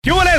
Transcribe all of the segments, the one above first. ¿Qué huele?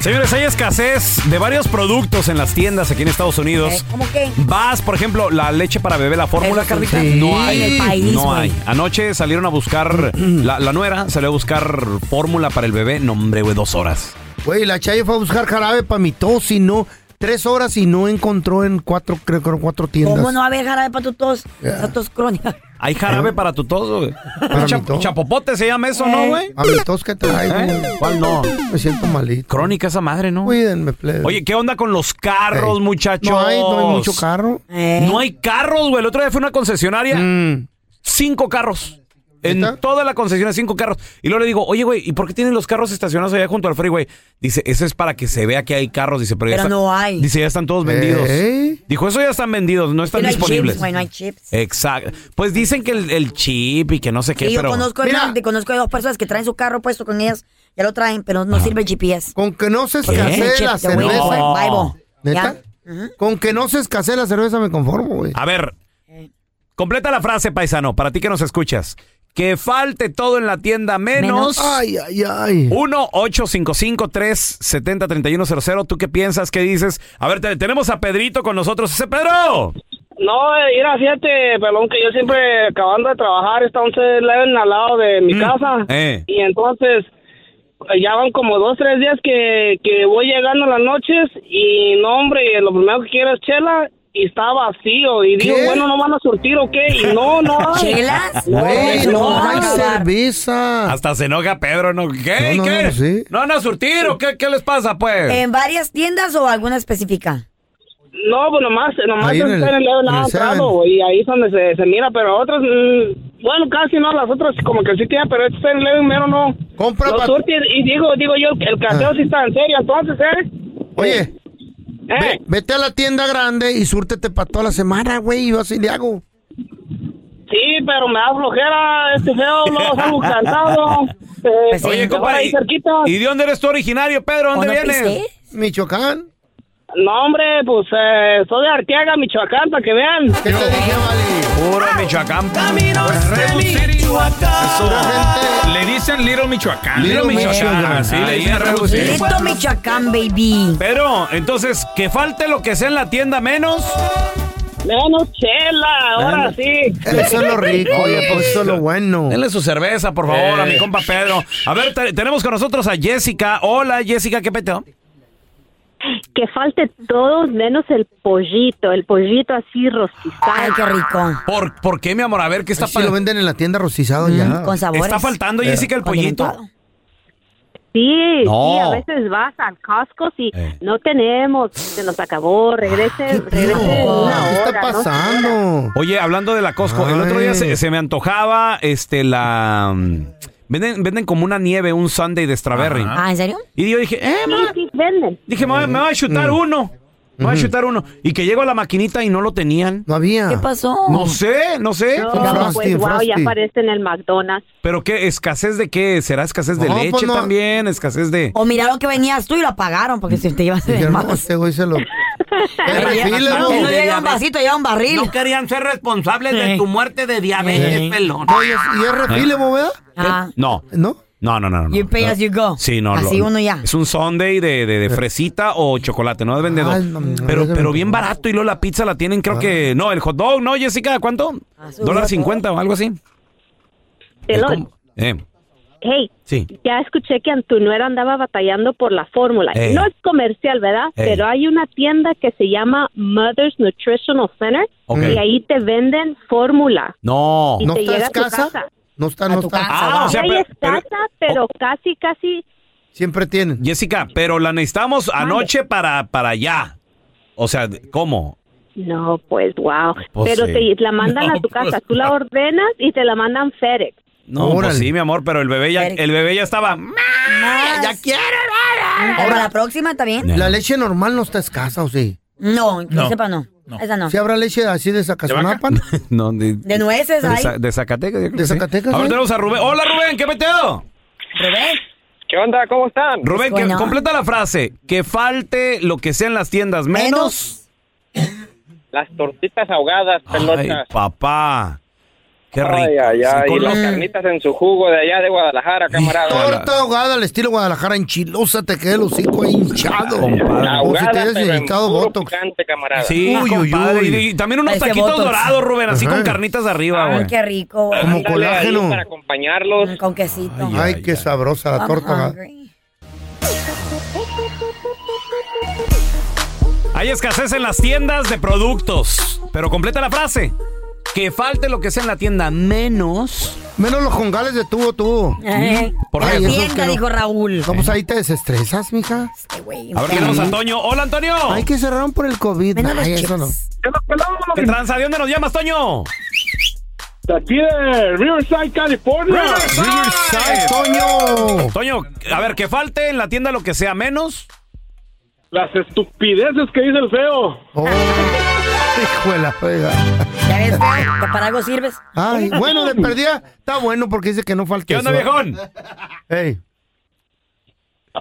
Señores, hay escasez de varios productos en las tiendas aquí en Estados Unidos. ¿Eh? ¿Cómo qué? Vas, por ejemplo, la leche para bebé, la fórmula, Eso Carlita. sí. No Sí, en hay. el país, no güey. hay. Anoche salieron a buscar, la, la nuera salió a buscar fórmula para el bebé. No, hombre, güey, dos horas. Güey, la Chayo fue a buscar jarabe para mi tos y no, tres horas y no encontró en cuatro, creo que eran cuatro tiendas. ¿Cómo no va a haber jarabe para tu tos? Esa tos crónica. Hay jarabe para tu tos, güey. ¿Eh? Para Cha- mi Eh. tos. chapopote se llama eso, ¿no, güey? Para mi tos que traigo. ¿Eh? güey. ¿Cuál no? Me siento malito. Crónica esa madre, ¿no? Cuídenme, plebe. Oye, ¿qué onda con los carros, Ey. muchachos? no hay, no hay mucho carro. Eh, No hay carros, güey. El otro día fue una concesionaria. Mm. cinco carros. En ¿Neta? toda la concesión hay cinco carros. Y luego le digo, oye, güey, ¿y por qué tienen los carros estacionados allá junto al freeway? Dice, eso es para que se vea que hay carros. Dice, pero, ya Pero están- no hay. Dice, ya están todos vendidos. ¿Eh? Dijo, eso ya están vendidos, no que están no hay disponibles. chips, güey, no hay chips. Exacto. Pues dicen que el, el chip y que no sé qué, Sí, yo pero. conozco, Mira. hermano, te conozco de dos personas que traen su carro puesto con ellas, ya lo traen, pero no sirve el GPS. Con que no se Porque no tiene escasee chip, la te voy a cerveza. No. decir, Bible. ¿Neta? Ya. Ujú. Con que no se escasee la cerveza me conformo, güey. A ver, completa la frase, paisano, para ti que nos escuchas. Que falte todo en la tienda menos. Menos. Ay, ay, ay. 1-855-370-3100. ¿Tú qué piensas? ¿Qué dices? A ver, te- tenemos a Pedrito con nosotros. ¡Ese Pedro! No, eh, mira, fíjate, pelón, que yo siempre acabando de trabajar está un 7-Eleven al lado de mi Mm, casa. eh. Y entonces eh, ya van como dos, tres días que, que voy llegando en las noches y no, hombre, lo primero que quiero es chela y está vacío. Y digo, ¿Qué? bueno, ¿no van a surtir o qué? Y no, no hay. ¿Chelas? Güey, No, no no, hay no. cerveza. Hasta se enoja Pedro, ¿no? ¿Qué? No, no, ¿Qué? no, sí. ¿No van a surtir o qué, qué les pasa, pues? ¿En varias tiendas o alguna específica? No, pues nomás, nomás Ahí el en el- 7-Eleven en ha el entrado y ahí es donde se, se mira, pero otras, mm, bueno, casi no, las otras como que sí tienen, pero este 7-Eleven mero no. Compra Los pa- surte y digo, digo yo, el caseo Ah. sí está en serio, entonces, ¿eh? Oye, ¿Eh? ve- vete a la tienda grande y súrtete para toda la semana, güey. Y yo así le hago. Sí, pero me da flojera este feo, luego salgo cansado. Eh, Pues sí. Oye, me compa, voy ahí ¿y, cerquita. y de dónde eres tú originario, Pedro? ¿O ¿Dónde no pues, ¿eh? vienes? pisé? Michoacán. No, hombre, pues eh, soy de Arteaga, Michoacán, para que vean. ¿Qué te dije, Vali? Puro Michoacán. Pura gente. Le dicen Little Michoacán. Little Michoacán. Sí, le Ahí dicen es Rebus. Rebus. Listo Michoacán, baby. Pedro, entonces, que falte lo que sea en la tienda menos. Menos chela, ahora sí. Eso es lo rico, oye, pues eso es lo bueno. Denle su cerveza, por favor, Eh. a mi compa Pedro. A ver, te- tenemos con nosotros a Jessica. Hola, Jessica, ¿qué peteo? que falte todo menos el pollito, el pollito así Ay, rostizado. qué rico. ¿Por, ¿Por qué, mi amor? A ver, ¿qué está, Si fal- lo venden en la tienda rostizado ya. Mm, Eh, Con sabores. está faltando, Jessica, el pollito? Condimentado. Sí, No. sí, a veces vas al Costco y Eh. no tenemos, se nos acabó, regrese, regrese en No, una Ah, ¿Qué está hora, ¿no? pasando? Oye, hablando de la Costco, el otro día Ay. se, se me antojaba este la mm, venden, venden como una nieve, un sundae de strawberry. Ah, ¿en serio? Y yo dije, eh, Sí, ma, sí, venden. dije, me, va a chutar uno. Me va a chutar uno. Y que llego a la maquinita y no lo tenían. Ah. No había. ¿Qué pasó? No sé, no sé. No, Frosty, pues wow, ya Frosty. aparece en el McDonald's. Pero qué, escasez de qué? ¿Será escasez de No, pues leche no. también? ¿Escasez de.? O miraron que venías tú y lo apagaron porque si te ibas de Dijeron, no, más. este güey se lo. Que Era llega- refil, que no ¿no? llega un vasito, llega un barril. querían ser responsables de tu muerte de diabetes, Sí. pelón. No, y es, y es refilable, ¿verdad? Ah, No, ¿No? no, no, no. no, no. you pay as you go. Sí, no. Así lo- uno ya. Es un sundae de, de- de fresita o chocolate, no venden dos. Ay, no, no, pero, déjame pero bien probar. barato y luego la pizza la tienen, creo que... No, el hot dog, ¿no, Jessica? ¿Cuánto? Ah, sí, ¿Dólar hot cincuenta o algo así? El Pelón, combo. Eh, hey, sí. ya escuché que Antunuera andaba batallando por la fórmula. Ey. No es comercial, ¿verdad? Ey. Pero hay una tienda que se llama Mother's Nutritional Center Ok. y ahí te venden fórmula. No. Y ¿No te está llega a tu escasa? casa. No está, A no tu está. casa. Ah, o sea, Sí pero, oh. hay escasa, pero- oh, pero casi, casi Siempre tienen. Jessica, pero la necesitamos anoche para, para allá. O sea, ¿cómo? No, pues, wow. Pues, Pero sí. te la mandan No, a tu pues, casa, tú la ordenas y te la mandan FedEx. No, pues Órale. sí, mi amor, pero el bebé ya, Eric. el bebé ya estaba. Más. ¡Ya quiero! Para la próxima también. ¿La leche normal no está escasa o sí? No, que No. sepa no. No. Esa no. ¿Sí habrá leche así de Zacazonapan? No, de, De nueces de hay. Za- de Zacatecas. yo creo ¿De que sí. Zacatecas A ver, hay? tenemos a Rubén. Hola, Rubén, ¿qué metido? Rubén. ¿Qué onda? ¿Cómo están? Rubén, que Bueno. completa la frase. Que falte lo que sea en las tiendas, menos. Menos. Las tortitas ahogadas, Ay, papá. Qué rico. Ay, ay, Sí, ay. con Y lo- las carnitas en su jugo de allá de Guadalajara, camarada. Torta ahogada al estilo Guadalajara enchilosa, te queda el hocico ahí hinchado. Compadre. O Pues, si te Ahogada, hayas pero en inyectado puro Botox. picante, camarada. Sí, Uy, uy, compadre. uy. Y, y también unos Parece taquitos Botox. dorados, Rubén, así Ajá. con carnitas arriba, Ay, güey. qué rico. Como Ándale, colágeno. ahí Para acompañarlos. Mm, Con quesito. Ay, Ay, qué sabrosa la I'm torta ahogada. hungry. Hay escasez en las tiendas de productos. Pero completa la frase. Que falte lo que sea en la tienda, menos. Menos los jongales de tubo, tubo. Ay, ¿Por la qué? Ay, eso tienda, que no. dijo Raúl. No, pues ahí te desestresas, mija. Este güey, A ver, enfermo. tenemos a Toño. Hola, Antonio. Ay, que cerraron por el COVID. Menos los Ay, eso chips. no. ¿Qué tranza? ¿De dónde nos llamas, Toño? Aquí de Riverside, California. ¡Ay, Toño! Toño, a ver, que falte en la tienda lo que sea, menos. Las estupideces que dice el feo. Oh, hijo de la fregada. ¿Ya ves, feo? Que para algo sirves. Ay, bueno, de perdida. Está bueno porque dice que no falte ¿Qué onda, eso. viejón? Ey.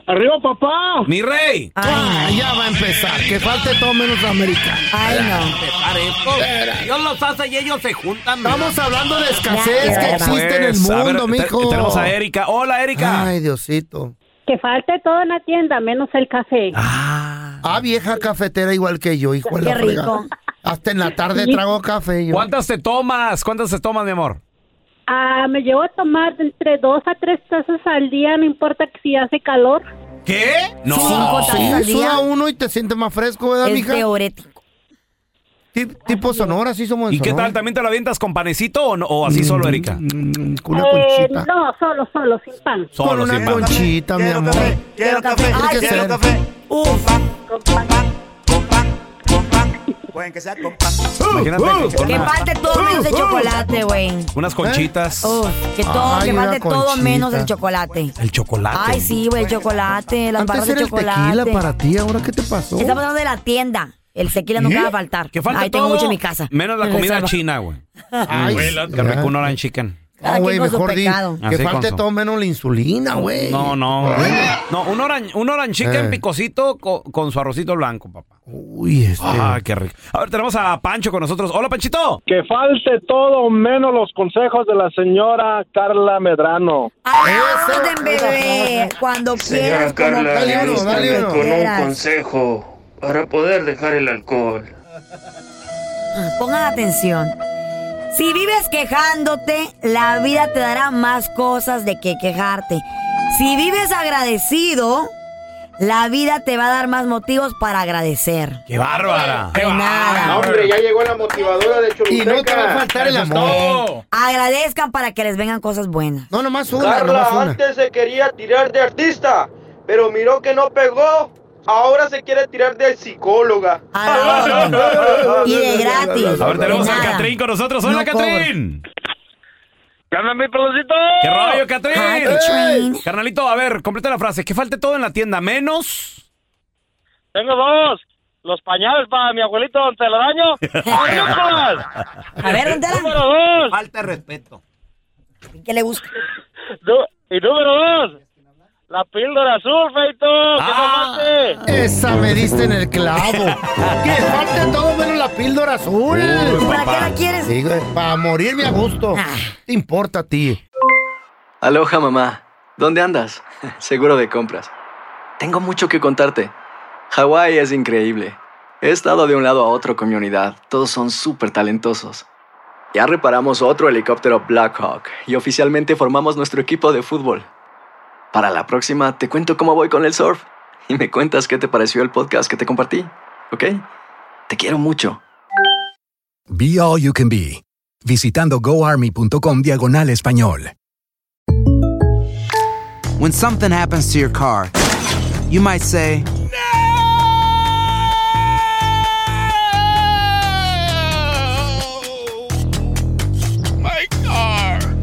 ¡Arriba, papá! Mi rey. Ah, ya va a empezar. Que falte todo menos la americana. Ay, no. Dios los hace y ellos se juntan. Pues, Estamos hablando de escasez Ya, que ya, existe en el a ver, mundo, te- mijo. Tenemos a Erika. Hola, Erika. Ay, Diosito. Que falte todo en la tienda, menos el café. Ah, vieja cafetera igual que yo, hijo de la Qué rico. fregada. Hasta en la tarde trago café yo. ¿Cuántas te tomas? ¿Cuántas te tomas, mi amor? Ah, me llevo a tomar de entre dos a tres tazas al día, no importa que si hace calor. ¿Qué? No. Cinco Sí, tazas al suda día. uno y te sientes más fresco, ¿verdad, Es mija? teorético. Ti- tipo Sonora, sí somos en ¿Y qué Sonora. tal? ¿También te lo avientas con panecito o, no- o así solo, Erika? Mm, con una Eh, conchita. no, solo, solo, sin pan. con Solo, una sin pan. conchita, mi amor. Quiero café. Tiene Ay, que sí. ser. Imagínate con Que una- falte todo menos el chocolate, ¿Eh? Oh. güey. unas conchitas. Uf, que todo, Ay, que falte una todo conchita. menos el chocolate. El chocolate. Ay, sí, güey, el chocolate, las barras Antes de era el tequila chocolate. para ti, ¿ahora qué te pasó? Estamos hablando de la tienda. El tequila ¿Eh? nunca va a faltar. Que falta Ahí tengo todo, mucho en mi casa. Menos la En comida reserva. china, güey. Ay, Güey, la- que me ya. con orange chicken. Cada No, güey, quien con su mejor di pecado. que Así Ah, con falte su- todo menos la insulina, güey. No, no. ¿Eh? No, un orange, un orange chicken Eh. picosito co- con, su arrocito blanco, papá. Uy, este. Ah, qué rico. A ver, tenemos a Pancho con nosotros. Hola, Panchito. Que falte todo menos los consejos de la señora Carla Medrano. Aplauden, bebé. Cuando quieras. Señora como Carla, dale le uno, quieras, dale gustaría uno. cuando con un quieras. consejo para poder dejar el alcohol. Pongan atención. Si vives quejándote, la vida te dará más cosas de que quejarte. Si vives agradecido, la vida te va a dar más motivos para agradecer. ¡Qué bárbara! De nada. ya llegó la motivadora de Y no te va a faltar el amor. ¡No! Agradezcan para que les vengan cosas buenas. No, nomás una, nomás una. se quería tirar de artista, pero miró que no pegó. Ahora se quiere tirar de psicóloga. A la orden. Y de gratis. A ver, tenemos De a nada. Catrín con nosotros. No ¡Hola, Catrín! ¿Qué onda, mi peloncito? ¡Qué rollo, Catrín! Ay, Catrín. Ey. Carnalito, a ver, completa la frase. Que falte todo en la tienda, menos... Tengo dos. Los pañales para mi abuelito Don Telaraño. ¡Ayúdanos! A ver, ¿dónde Número la- dos. Falta de respeto. ¿Qué le gusta? Du- y número dos. La píldora azul, Feito. ¡Que no Ah. falte! Esa me diste en el clavo. que falte todo menos la píldora azul. ¿Tú ¿Para Papá. qué la quieres? Sí, güey, para morirme a gusto. Ah. ¿Te importa a ti? Aloha mamá, ¿dónde andas? Seguro de compras. Tengo mucho que contarte. Hawái es increíble. He estado de un lado a otro con mi unidad. Todos son súper talentosos. Ya reparamos otro helicóptero Blackhawk y oficialmente formamos nuestro equipo de fútbol. Para la próxima te cuento cómo voy con el surf y me cuentas qué te pareció el podcast que te compartí, ¿ok? Te quiero mucho. Be All You Can Be, visitando goarmy.com diagonal español. When something happens to your car, you might say,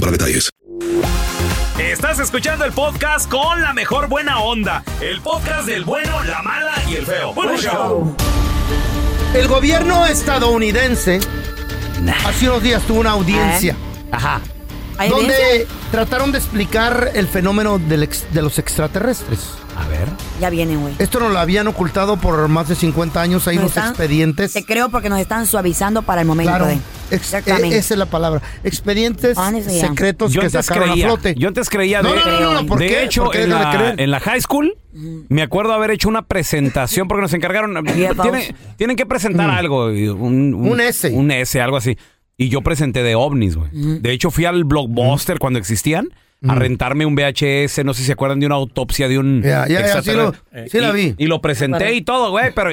para detalles. Estás escuchando el podcast con la mejor buena onda. El podcast del bueno, la mala y el feo. Bueno, show. El gobierno estadounidense hace unos días tuvo una audiencia. Ajá. Ah, ¿Hay Donde audiencia? trataron de explicar el fenómeno del ex- de los extraterrestres. A ver. Ya viene, güey. Esto nos lo habían ocultado por más de 50 años. Hay Nos unos están- expedientes. Te creo porque nos están suavizando para el momento Claro. de. Ex- e- esa es la palabra. Expedientes Honestly, yeah. secretos Yo que antes sacaron creía, a flote. Yo antes creía No, de no, no, no, no, ¿por de qué? hecho, ¿Por qué en, no le la, creen? en la high school, me acuerdo haber hecho una presentación porque nos encargaron. Yeah, tiene- tienen que presentar algo. y Un, Mm. Un S. Un S, algo así. Y yo presenté de ovnis, güey. Mm. De hecho, fui al blockbuster cuando existían. A rentarme un VHS, no sé si se acuerdan de una autopsia de un. Ya, ya, ya, sí lo- Eh, extraterrestre. sí la Y- vi. Y, lo presenté y todo, güey, pero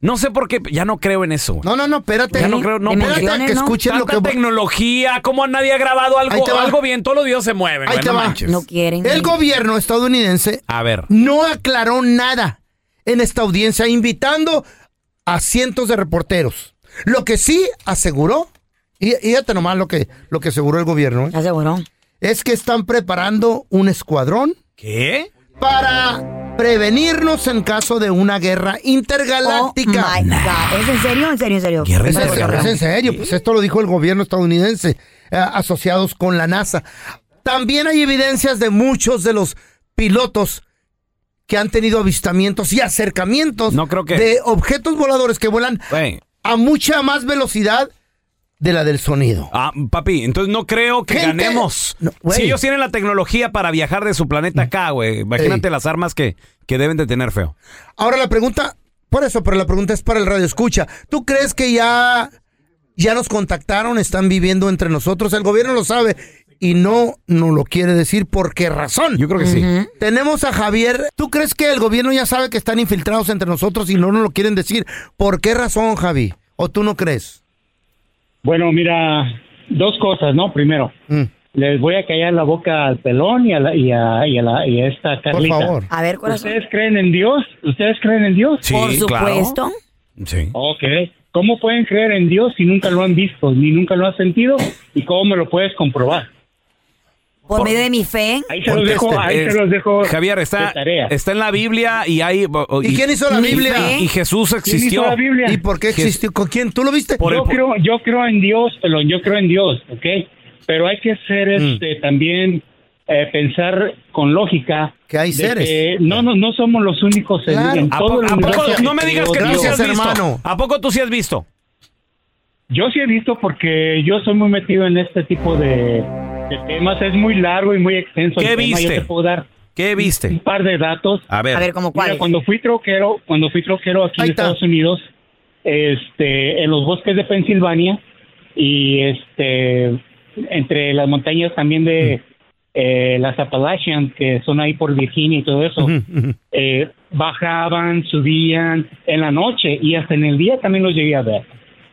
no sé por qué, ya no creo en eso. güey. No, no, no, espérate. Ya no creo, no, espérate a que escuchen lo Tanta que tecnología, como nadie ha grabado Ahí algo, te va. algo bien, todos los videos se mueven. Ahí güey, te no va. manches. No quieren. El gobierno estadounidense A ver. no aclaró nada en esta audiencia, invitando a cientos de reporteros. Lo que sí aseguró, y fíjate nomás lo que, lo que aseguró el gobierno. ¿eh? Aseguró. Es que están preparando un escuadrón ¿Qué? para prevenirnos en caso de una guerra intergaláctica. Oh my God. ¿Es en serio? ¿En serio? ¿En serio? Es en Pero- serio, es en serio, pues esto lo dijo el gobierno estadounidense, eh, asociados con la NASA. También hay evidencias de muchos de los pilotos que han tenido avistamientos y acercamientos que- de objetos voladores que vuelan a mucha más velocidad de la del sonido. Ah, papi, entonces no creo que Gente- ganemos. No, güey. si ellos tienen la tecnología para viajar de su planeta acá, güey, imagínate las armas que, que deben de tener, feo. Ahora la pregunta, por eso, pero la pregunta es para el radio escucha. ¿Tú crees que ya, ya nos contactaron, están viviendo entre nosotros? El gobierno lo sabe y no nos lo quiere decir por qué razón. Yo creo que sí. Tenemos a Javier. ¿Tú crees que el gobierno ya sabe que están infiltrados entre nosotros y no nos lo quieren decir? ¿Por qué razón, Javi? ¿O tú no crees? Bueno, mira, dos cosas, ¿no? Primero, Mm. les voy a callar la boca al pelón y a, la, y a, y a, la- y a esta Carlita. favor. A ver, corazón. ¿Ustedes creen en Dios? ¿Ustedes creen en Dios? Sí, Por claro. supuesto. Sí. Ok. ¿Cómo pueden creer en Dios si nunca lo han visto, ni nunca lo han sentido? ¿Y cómo me lo puedes comprobar? Por medio de mi fe. Ahí se los dejo, ahí Es- se los dejo. Javier, está, de tarea. está en la Biblia y hay... ¿Y quién hizo la y- Biblia? Y, Jesús ¿Quién hizo existió. la Biblia? ¿Y por qué Je- existió? ¿Con quién? ¿Tú lo viste? yo, creo, yo creo en Dios, pelón, yo creo en Dios, ¿ok? Pero hay que ser este, también eh, pensar con lógica. Que hay de seres. que no, no, no somos los únicos eh, en, Claro. en ¿A todo po- el a poco- universo. no me digas que tú sí has visto? ¿A poco tú sí has visto? Yo sí he visto porque Eh, yo soy muy metido en este tipo de, de temas. Es muy largo y muy extenso. el ¿Qué tema. viste? Yo te puedo dar ¿Qué viste? un par de datos. A ver. A ver, ¿cómo Mira, cuáles? cuando fui troquero, cuando fui troquero aquí en Estados Unidos, este, en los bosques de Pensilvania y este, entre las montañas también de eh, las Appalachian que son ahí por Virginia y todo eso, eh, bajaban, subían en la noche y hasta en el día también los llegué a ver.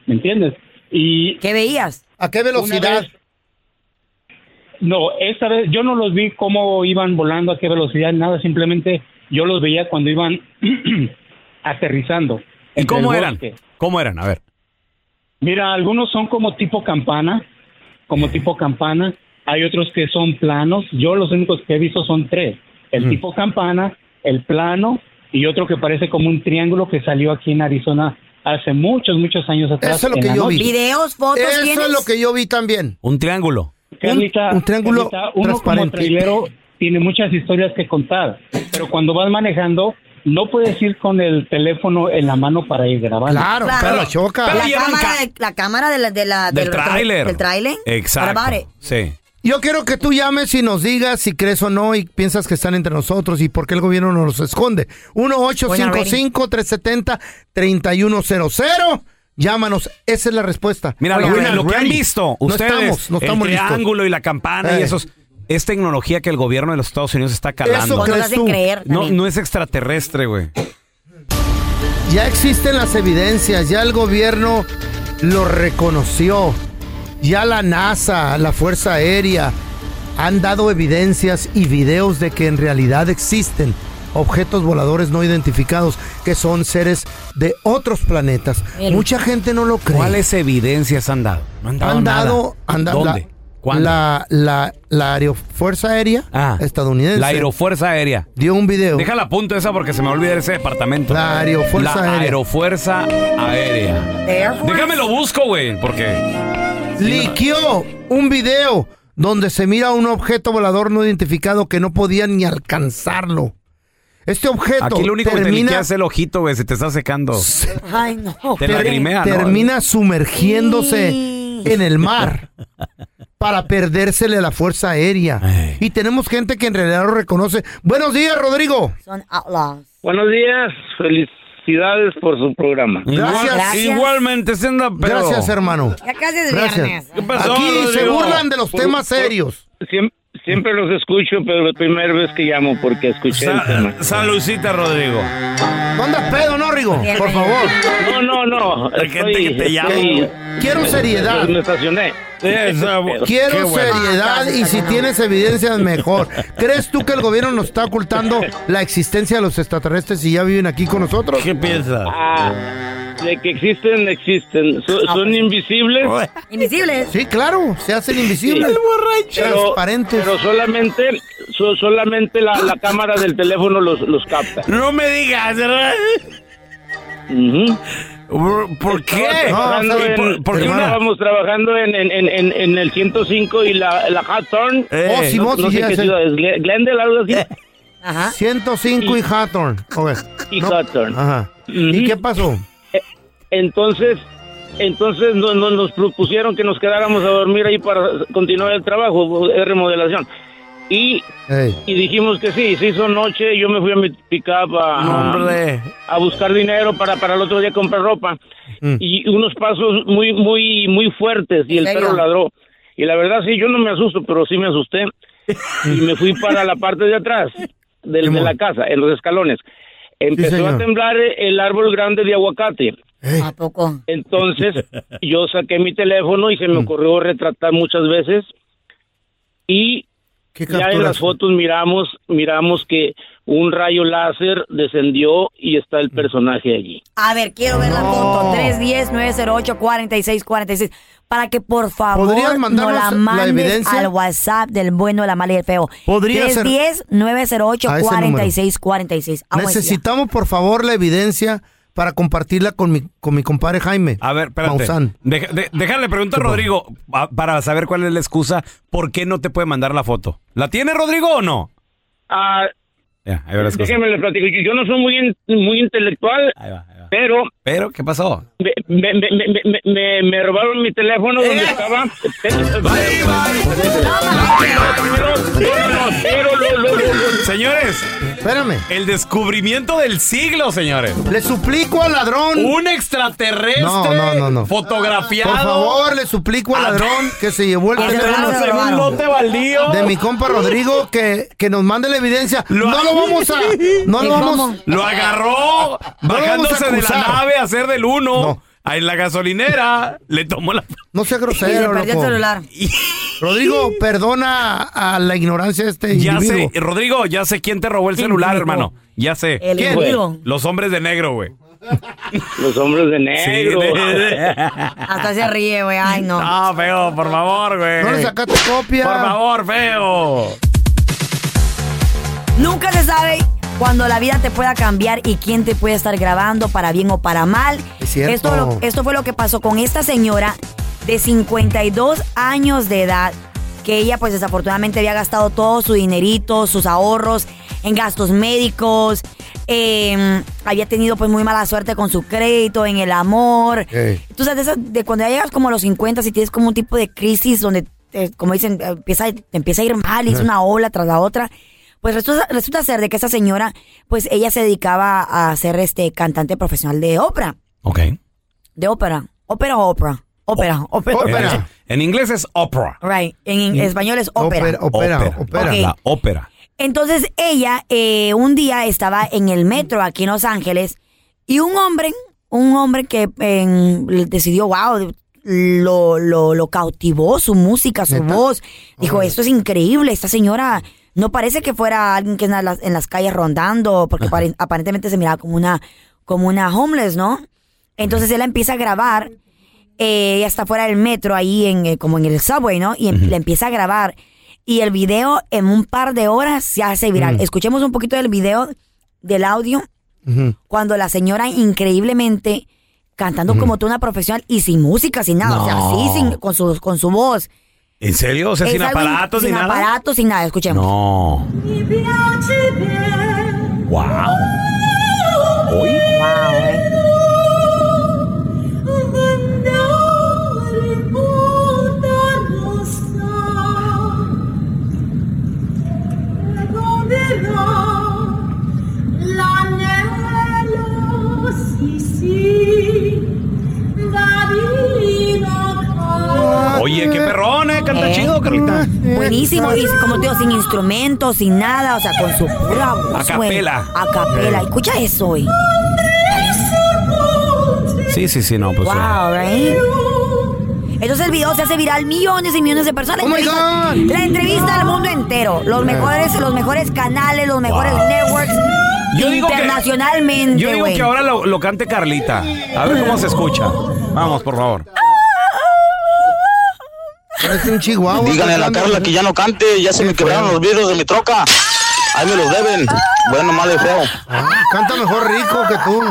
¿Me entiendes? Y ¿Qué veías? ¿A qué velocidad? No, esta vez yo no los vi cómo iban volando, a qué velocidad, nada, simplemente yo los veía cuando iban aterrizando. ¿Y entre cómo el eran? bosque. ¿Cómo eran? A ver. Mira, algunos son como tipo campana, como tipo campana, hay otros que son planos, yo los únicos que he visto son tres, el tipo campana, el plano y otro que parece como un triángulo que salió aquí en Arizona hace muchos, muchos años atrás. Eso es lo en que la yo noche. vi. fotos, Eso ¿quiénes? es lo que yo vi también. Un triángulo. Carlita, un triángulo Carlita, uno como transparente. trailero tiene muchas historias que contar, pero cuando vas manejando no puedes ir con el teléfono en la mano para ir grabando. Claro, Claro. Pero La llevan cámara, de, la cámara de la, de la- Ah, Del tráiler. Del tráiler. Exacto. Grabar. Sí. Yo quiero que tú llames y nos digas si crees o no y piensas que están entre nosotros y por qué el gobierno nos los esconde. 1-855-370-3100. Llámanos. Esa es la respuesta. Mira, lo, We're que- not lo que han ready. visto ustedes, No estamos, no estamos el listos. triángulo y la campana y Eh. esos, es tecnología que el gobierno de los Estados Unidos está Eso calando. crees tú. no, no es extraterrestre, güey. Ya existen las evidencias, ya el gobierno lo reconoció. Ya la NASA, la Fuerza Aérea, han dado evidencias y videos de que en realidad existen objetos voladores no identificados, que son seres de otros planetas. El- Mucha gente no lo cree. ¿Cuáles evidencias han dado? No han dado. Han nada. dado, han dado ¿Dónde? la- ¿Cuándo? Ah. La, la, la Aerofuerza Aérea estadounidense. La Aerofuerza Aérea. Dio un video. Déjala a punto esa porque se me va a olvidar ese departamento. La Aerofuerza Aérea. Aerofuerza Aérea. Déjame lo busco, güey, porque... liqueó un video donde se mira un objeto volador no identificado que no podía ni alcanzarlo. Este objeto Aquí lo único que te termina, liquea es el ojito, güey, se te está secando. Ay, no. Te ter- lagrimea, ¿no? termina sumergiéndose en el mar para perdérsele a la Fuerza Aérea. Y tenemos gente que en realidad lo reconoce. Buenos días, Rodrigo. Son outlaws. Buenos días, felicidades por su programa. Gracias. Gracias. Igualmente, senda, pero... Gracias, hermano. Ya casi es Gracias. viernes. ¿Qué pasó, Aquí se Rodrigo? burlan de los temas serios. Siempre, los escucho, pero la primera vez que llamo porque escuché el tema. Salucita, Rodrigo. No andas pedo, no, Rigo? Por favor. No, no, no. pues, Hay gente que te llama. Quiero seriedad. Me estacioné. Quiero seriedad y si tienes evidencias mejor. ¿Crees tú que el gobierno nos está ocultando la existencia de los extraterrestres y ya viven aquí con nosotros? ¿Qué piensas? Ah, de que existen, existen. So- Ah, son pues. invisibles. Invisibles. Sí, claro, se hacen invisibles. Sí. Pero, Transparentes. pero solamente, so- solamente la, la cámara del teléfono los, los capta. No me digas, ¿verdad? ¿Por, por qué? Trabajando No, o sea, ¿y en- por- por qué una- Estábamos trabajando en, en, en, en, en el 105 y la, la Hawthorne. Eh. Oh, sí, no, vos, no sí, sé ya qué sé. Eh. ciudad es, Glen- Glendale, algo así. 105 y Hawthorne. Ok. Y No. Hawthorne. Ajá. ¿Y qué pasó? Entonces, entonces no- no- nos propusieron que nos quedáramos a dormir ahí para continuar el trabajo de remodelación. Y, y dijimos que sí, se hizo noche, yo me fui a mi pickup a, Hombre. a buscar dinero para, para el otro día comprar ropa. Mm. Y unos pasos muy, muy, muy fuertes y el Mm. ¿En serio? perro ladró. Y la verdad sí, yo no me asusto, pero sí me asusté. Y me fui para la parte de atrás del- de la casa, en los escalones. Empezó a señor. temblar el árbol grande de aguacate. ¿A poco? Entonces, yo saqué mi teléfono y se Mm. me ocurrió retratar muchas veces. Y ya en las capturas? fotos miramos, miramos que un rayo láser descendió y está Mm. el personaje allí. A ver, quiero ver la foto. 310-908-4646. Para que por favor ¿Podrías no mandarnos la la mandes evidencia? al WhatsApp del bueno, la mala y el feo. Podría ser- 310-908-4646. Ah, buen día. Necesitamos, por favor, la evidencia para compartirla con mi, con mi compadre Jaime. A ver, espérate. Maussan. Deja- de- déjale preguntar a Rodrigo pa- para saber cuál es la excusa, por qué no te puede mandar la foto. ¿La tiene Rodrigo o no? Ah, Ya, ahí va la excusa. déjenme les platico. Yo yo no soy muy, in- muy intelectual, pero Pero, ¿qué pasó? me, me- me- me- me- me- me robaron mi teléfono donde estaba. Señores, espérame. El descubrimiento del siglo, señores. Le suplico al ladrón. Un extraterrestre No, no, no, no. fotografiado. Por favor, le suplico al ladrón que se llevó el Ah, teléfono se robaron. Un lote baldío. de mi compa Rodrigo que, que nos mande la evidencia. no lo vamos a. No lo vamos. Lo agarró No lo vamos a bajándose de la acusar. nave a hacer del uno. En la gasolinera le tomó la. No sea Y se grosero, perdió el loco. celular. Rodrigo, perdona a la ignorancia de este Ya individuo. sé, Rodrigo, ya sé quién te robó el celular, hermano. Ya sé. El ¿Quién? individuo. Los hombres de negro, güey. Los hombres de negro. Hasta se ríe, güey. Ay, no. Ah. No, feo, por favor, güey. No le sacaste copia. eh, Por favor, feo. Nunca se sabe cuando la vida te pueda cambiar y quién te puede estar grabando para bien o para mal. Es cierto. Esto, lo- esto fue lo que pasó con esta señora de 52 años de edad, que ella pues desafortunadamente había gastado todo su dinerito, sus ahorros en gastos médicos, eh, había tenido pues muy mala suerte con su crédito, en el amor. Ey. Tú sabes, de, esas- de cuando ya llegas como a los 50 si tienes como un tipo de crisis donde, te- como dicen, empieza, te empieza a ir mal y es Ajá. una ola tras la otra. Pues resulta, resulta ser de que esa señora, pues ella se dedicaba a ser este cantante profesional de ópera. Ok. De ópera. Ópera o ópera. Ópera, ópera. En, en inglés es opera. Right. En, en español es ópera. Opera, Ok. La ópera. Entonces ella eh, un día estaba en el metro aquí en Los Ángeles y un hombre, un hombre que en- decidió, wow, lo, lo, lo cautivó su música, su voz. Dijo, esto es increíble, esta señora no parece que fuera alguien que en las, en las calles rondando, porque apare- aparentemente se miraba como una, como una homeless, ¿no? Entonces él la empieza a grabar eh, ella está fuera del metro, ahí en, eh, como en el subway, ¿no? Y em- la empieza a grabar. Y el video en un par de horas se hace viral. Mm. Escuchemos un poquito del video, del audio, cuando la señora increíblemente cantando como tú una profesional y sin música, sin nada, o sea, No. así, sin- con, su, con su voz. ¿En serio? O sea, Es sin algo in- aparatos ni sin nada. aparatos, sin nada, escuchemos. No. Wow. Hoy. eh. Oye, qué perrón, Ah, eh, canta Eh, chido, Carlita. Buenísimo, y como te digo, sin instrumentos, sin nada, o sea, con su pura voz. A capela. güey. A capela, Eh. escucha eso, güey. Sí, sí, sí, no, pues. Wow, right? Entonces el video se hace viral millones y millones de personas. Oh my La entrevista- God. Eh. La entrevista al mundo entero. Los Yeah. mejores, los mejores canales, los mejores Wow. networks. Yo digo que- internacionalmente, Yo digo güey. que ahora lo, lo cante Carlita. A ver cómo se escucha. Vamos, por favor. Parece un chihuahua. Díganle a la Carla que ya no cante, ya se me quebraron los vidrios de mi troca. Ahí me los deben. Bueno, mal y feo. Ah, Canta mejor rico que tú.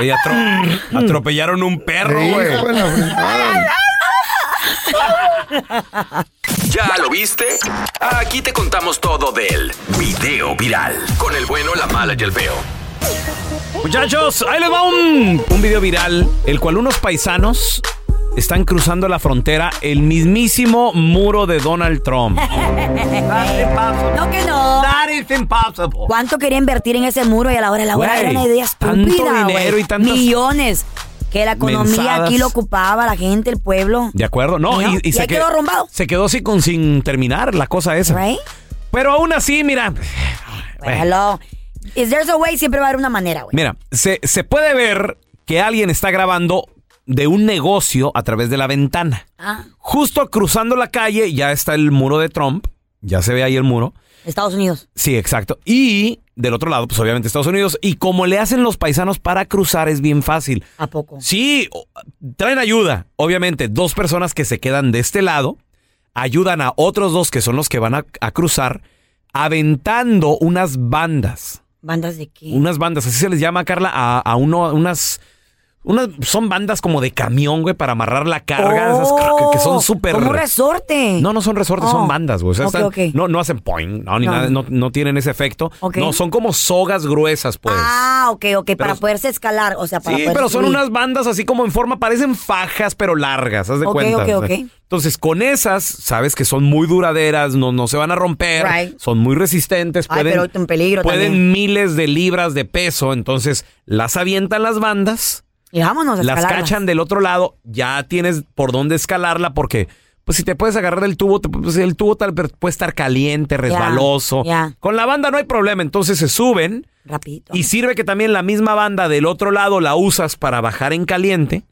Ey, atro- atropellaron un perro, Sí, güey. hijo de la ¿Ya lo viste? Aquí te contamos todo del video viral. Con el bueno, la mala y el feo. Muchachos, ahí les va un, un video viral, el cual unos paisanos están cruzando la frontera, el mismísimo muro de Donald Trump. No que no. ¿Cuánto quería invertir en ese muro y a la hora de la hora Güey, era una idea tanto estúpida, dinero güey? y tantas millones que la economía mensadas. aquí lo ocupaba, la gente, el pueblo. ¿De acuerdo? No, ¿No? y, y Y se ahí quedó arrumbado. Se quedó así con, sin terminar la cosa esa. Pero aún así, mira. eh, Bueno, hello. If there's a way, siempre va a haber una manera, güey. Mira, se, se puede ver que alguien está grabando de un negocio a través de la ventana. Ah, Justo cruzando la calle ya está el muro de Trump. Ya se ve ahí el muro. Estados Unidos. Sí, exacto. Y del otro lado, pues obviamente Estados Unidos. Y como le hacen los paisanos para cruzar es bien fácil. ¿A poco? Sí, o- traen ayuda. Obviamente, dos personas que se quedan de este lado ayudan a otros dos que son los que van a, a cruzar aventando unas bandas. ¿Bandas de qué? Unas bandas, así se les llama, Carla, a, a uno, unas... Unas, son bandas como de camión, güey, para amarrar la carga. esas cr- que son súper. Oh, Como un resorte. No, no son resortes, Oh. son bandas, güey. O sea, Ok, están- ok. No, no hacen point, no, ni No. nada, no, no tienen ese efecto. Ok. No, son como sogas gruesas, pues. Ah, ok, ok, para Pero- poderse escalar, o sea, para sí, poder pero son subir. unas bandas así como en forma, parecen fajas, pero largas, haz de Ok, cuenta. ok, o sea. ok. Entonces, con esas, sabes que son muy duraderas, no, no se van a romper, Right. son muy resistentes, Ay, pueden, pero en peligro pueden también. miles de libras de peso, entonces las avientan las bandas. Y vámonos a Las escalarlas. cachan del otro lado, ya tienes por dónde escalarla porque pues si te puedes agarrar del tubo, te- pues, el tubo tal vez puede estar caliente, resbaloso. ya. Con la banda no hay problema, entonces se suben. Rapidito. Y sirve que también la misma banda del otro lado la usas para bajar en caliente.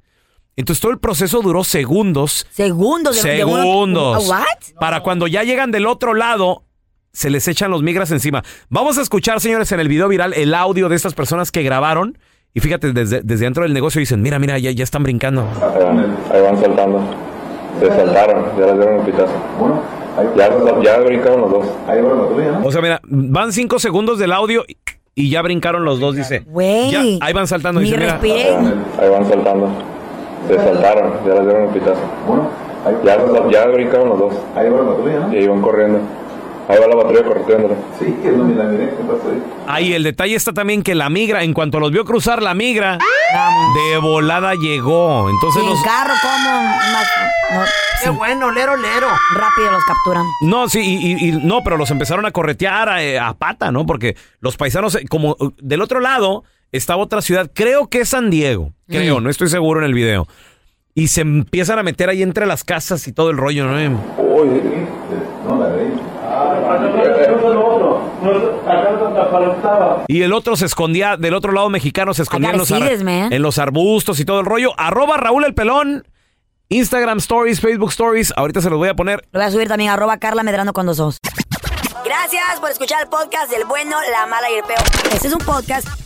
Entonces todo el proceso duró segundos. Segundos. de- de uno- Segundos. ¿A what? Para cuando ya llegan del otro lado, se les echan los migras encima. Vamos a escuchar, señores, en el video viral el audio de estas personas que grabaron. Y fíjate, desde, desde dentro del negocio dicen, mira, mira, ya, ya están brincando. Ahí van, ahí van saltando. Se saltaron, ya les dieron el pitazo. Ya, ya brincaron los dos. Ahí van O sea, mira, van cinco segundos del audio y- y ya brincaron los dos, dice. Ya, ahí van saltando. Ni Dice, mira, respiré. Ahí van saltando. Se saltaron, ya les dieron el pitazo. Ya, ya brincaron los dos. Ahí van Y iban corriendo. Ahí va la batería corriendo. Sí, que no me la miré, ¿qué pasó ahí? Ahí el detalle está también que la migra, en cuanto los vio cruzar la migra, de volada llegó. Entonces Y en los- carro, ¿cómo? Más- no, sí. bueno, lero, lero. Rápido los capturan. No, sí, y, y- y no, pero los empezaron a corretear a, eh, a pata, ¿no? Porque los paisanos, eh, como eh, del otro lado, estaba otra ciudad, creo que es San Diego, creo, no estoy seguro en el video. Y se empiezan a meter ahí entre las casas y todo el rollo, ¿no? Uy, no la vi. Y el otro se escondía, del otro lado mexicano se escondía en los, ar- Agarcides, man. en los arbustos y todo el rollo. Arroba Raúl el Pelón, Instagram Stories, Facebook Stories, ahorita se los voy a poner. Lo voy a subir también, arroba Carla Medrano con dos ojos. Gracias por escuchar el podcast del bueno, la mala y el peo. Este es un podcast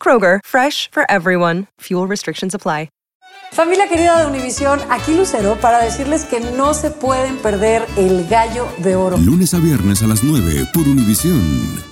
Kroger, fresh for everyone. Fuel restrictions apply. Familia querida de Univisión, aquí Lucero para decirles que no se pueden perder el gallo de oro. Lunes a viernes a las 9 por Univisión.